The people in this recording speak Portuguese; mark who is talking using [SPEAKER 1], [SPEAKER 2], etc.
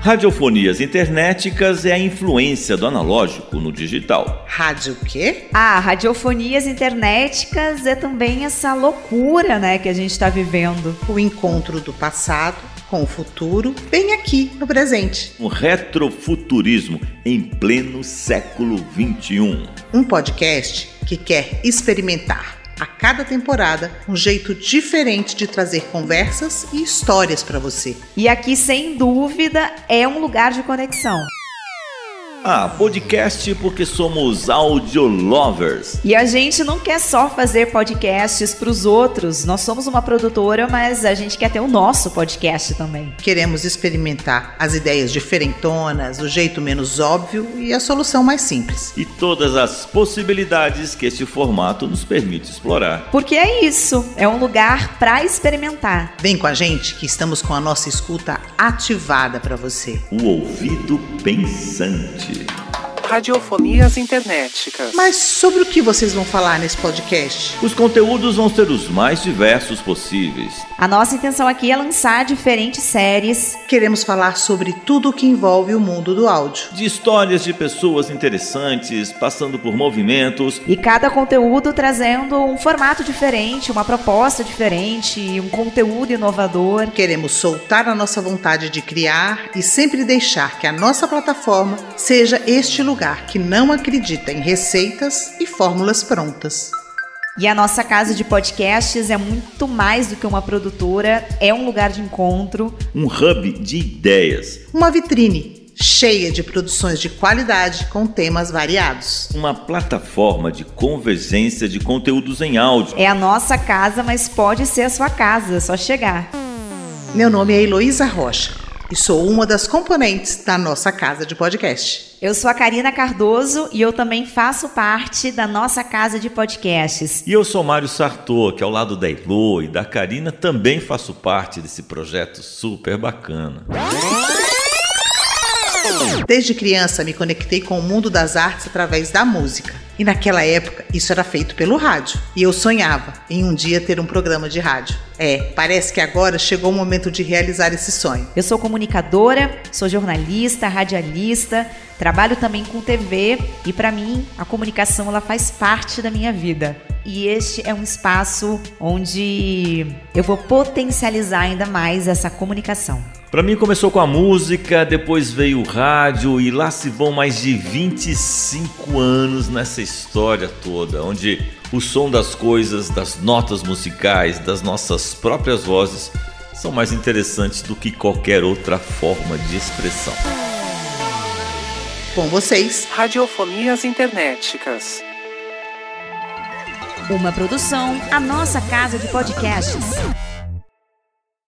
[SPEAKER 1] Radiofonias internéticas é a influência do analógico no digital.
[SPEAKER 2] Rádio o quê?
[SPEAKER 3] Ah, radiofonias internéticas é também essa loucura, né, que a gente está vivendo.
[SPEAKER 2] O encontro do passado com o futuro, bem aqui no presente.
[SPEAKER 1] Um retrofuturismo em pleno século XXI.
[SPEAKER 2] Um podcast que quer experimentar a cada temporada um jeito diferente de trazer conversas e histórias para você.
[SPEAKER 3] E aqui, sem dúvida, é um lugar de conexão.
[SPEAKER 1] Ah, podcast porque somos audio lovers.
[SPEAKER 3] E a gente não quer só fazer podcasts para os outros. Nós somos uma produtora, mas a gente quer ter o nosso podcast também.
[SPEAKER 2] Queremos experimentar as ideias diferentonas, o jeito menos óbvio e a solução mais simples.
[SPEAKER 1] E todas as possibilidades que este formato nos permite explorar.
[SPEAKER 3] Porque é isso, é um lugar para experimentar.
[SPEAKER 2] Vem com a gente que estamos com a nossa escuta ativada para você.
[SPEAKER 1] O ouvido pensante.
[SPEAKER 4] Radiofonias Internéticas.
[SPEAKER 2] Mas sobre o que vocês vão falar nesse podcast?
[SPEAKER 1] Os conteúdos vão ser os mais diversos possíveis.
[SPEAKER 3] A nossa intenção aqui é lançar diferentes séries.
[SPEAKER 2] Queremos falar sobre tudo o que envolve o mundo do áudio.
[SPEAKER 1] De histórias de pessoas interessantes, passando por movimentos.
[SPEAKER 3] E cada conteúdo trazendo um formato diferente, uma proposta diferente, um conteúdo inovador.
[SPEAKER 2] Queremos soltar a nossa vontade de criar e sempre deixar que a nossa plataforma seja este lugar lugar que não acredita em receitas e fórmulas prontas.
[SPEAKER 3] E a nossa casa de podcasts é muito mais do que uma produtora, é um lugar de encontro,
[SPEAKER 1] um hub de ideias,
[SPEAKER 2] uma vitrine cheia de produções de qualidade com temas variados,
[SPEAKER 1] uma plataforma de convergência de conteúdos em áudio.
[SPEAKER 3] É a nossa casa, mas pode ser a sua casa, é só chegar.
[SPEAKER 2] Meu nome é Heloísa Rocha e sou uma das componentes da nossa casa de podcast.
[SPEAKER 3] Eu sou a Karina Cardoso e eu também faço parte da nossa casa de podcasts.
[SPEAKER 1] E eu sou Mário Sartor, que ao lado da Elo e da Karina também faço parte desse projeto super bacana.
[SPEAKER 2] Desde criança me conectei com o mundo das artes através da música. E naquela época isso era feito pelo rádio. E eu sonhava em um dia ter um programa de rádio. É, parece que agora chegou o momento de realizar esse sonho.
[SPEAKER 3] Eu sou comunicadora, sou jornalista, radialista, trabalho também com TV e para mim a comunicação ela faz parte da minha vida. E este é um espaço onde eu vou potencializar ainda mais essa comunicação.
[SPEAKER 1] Para mim começou com a música, depois veio o rádio e lá se vão mais de 25 anos nessa história toda, onde o som das coisas, das notas musicais, das nossas próprias vozes são mais interessantes do que qualquer outra forma de expressão.
[SPEAKER 2] Com vocês,
[SPEAKER 4] Radiofonias Internéticas.
[SPEAKER 3] Uma produção, a nossa casa de podcasts.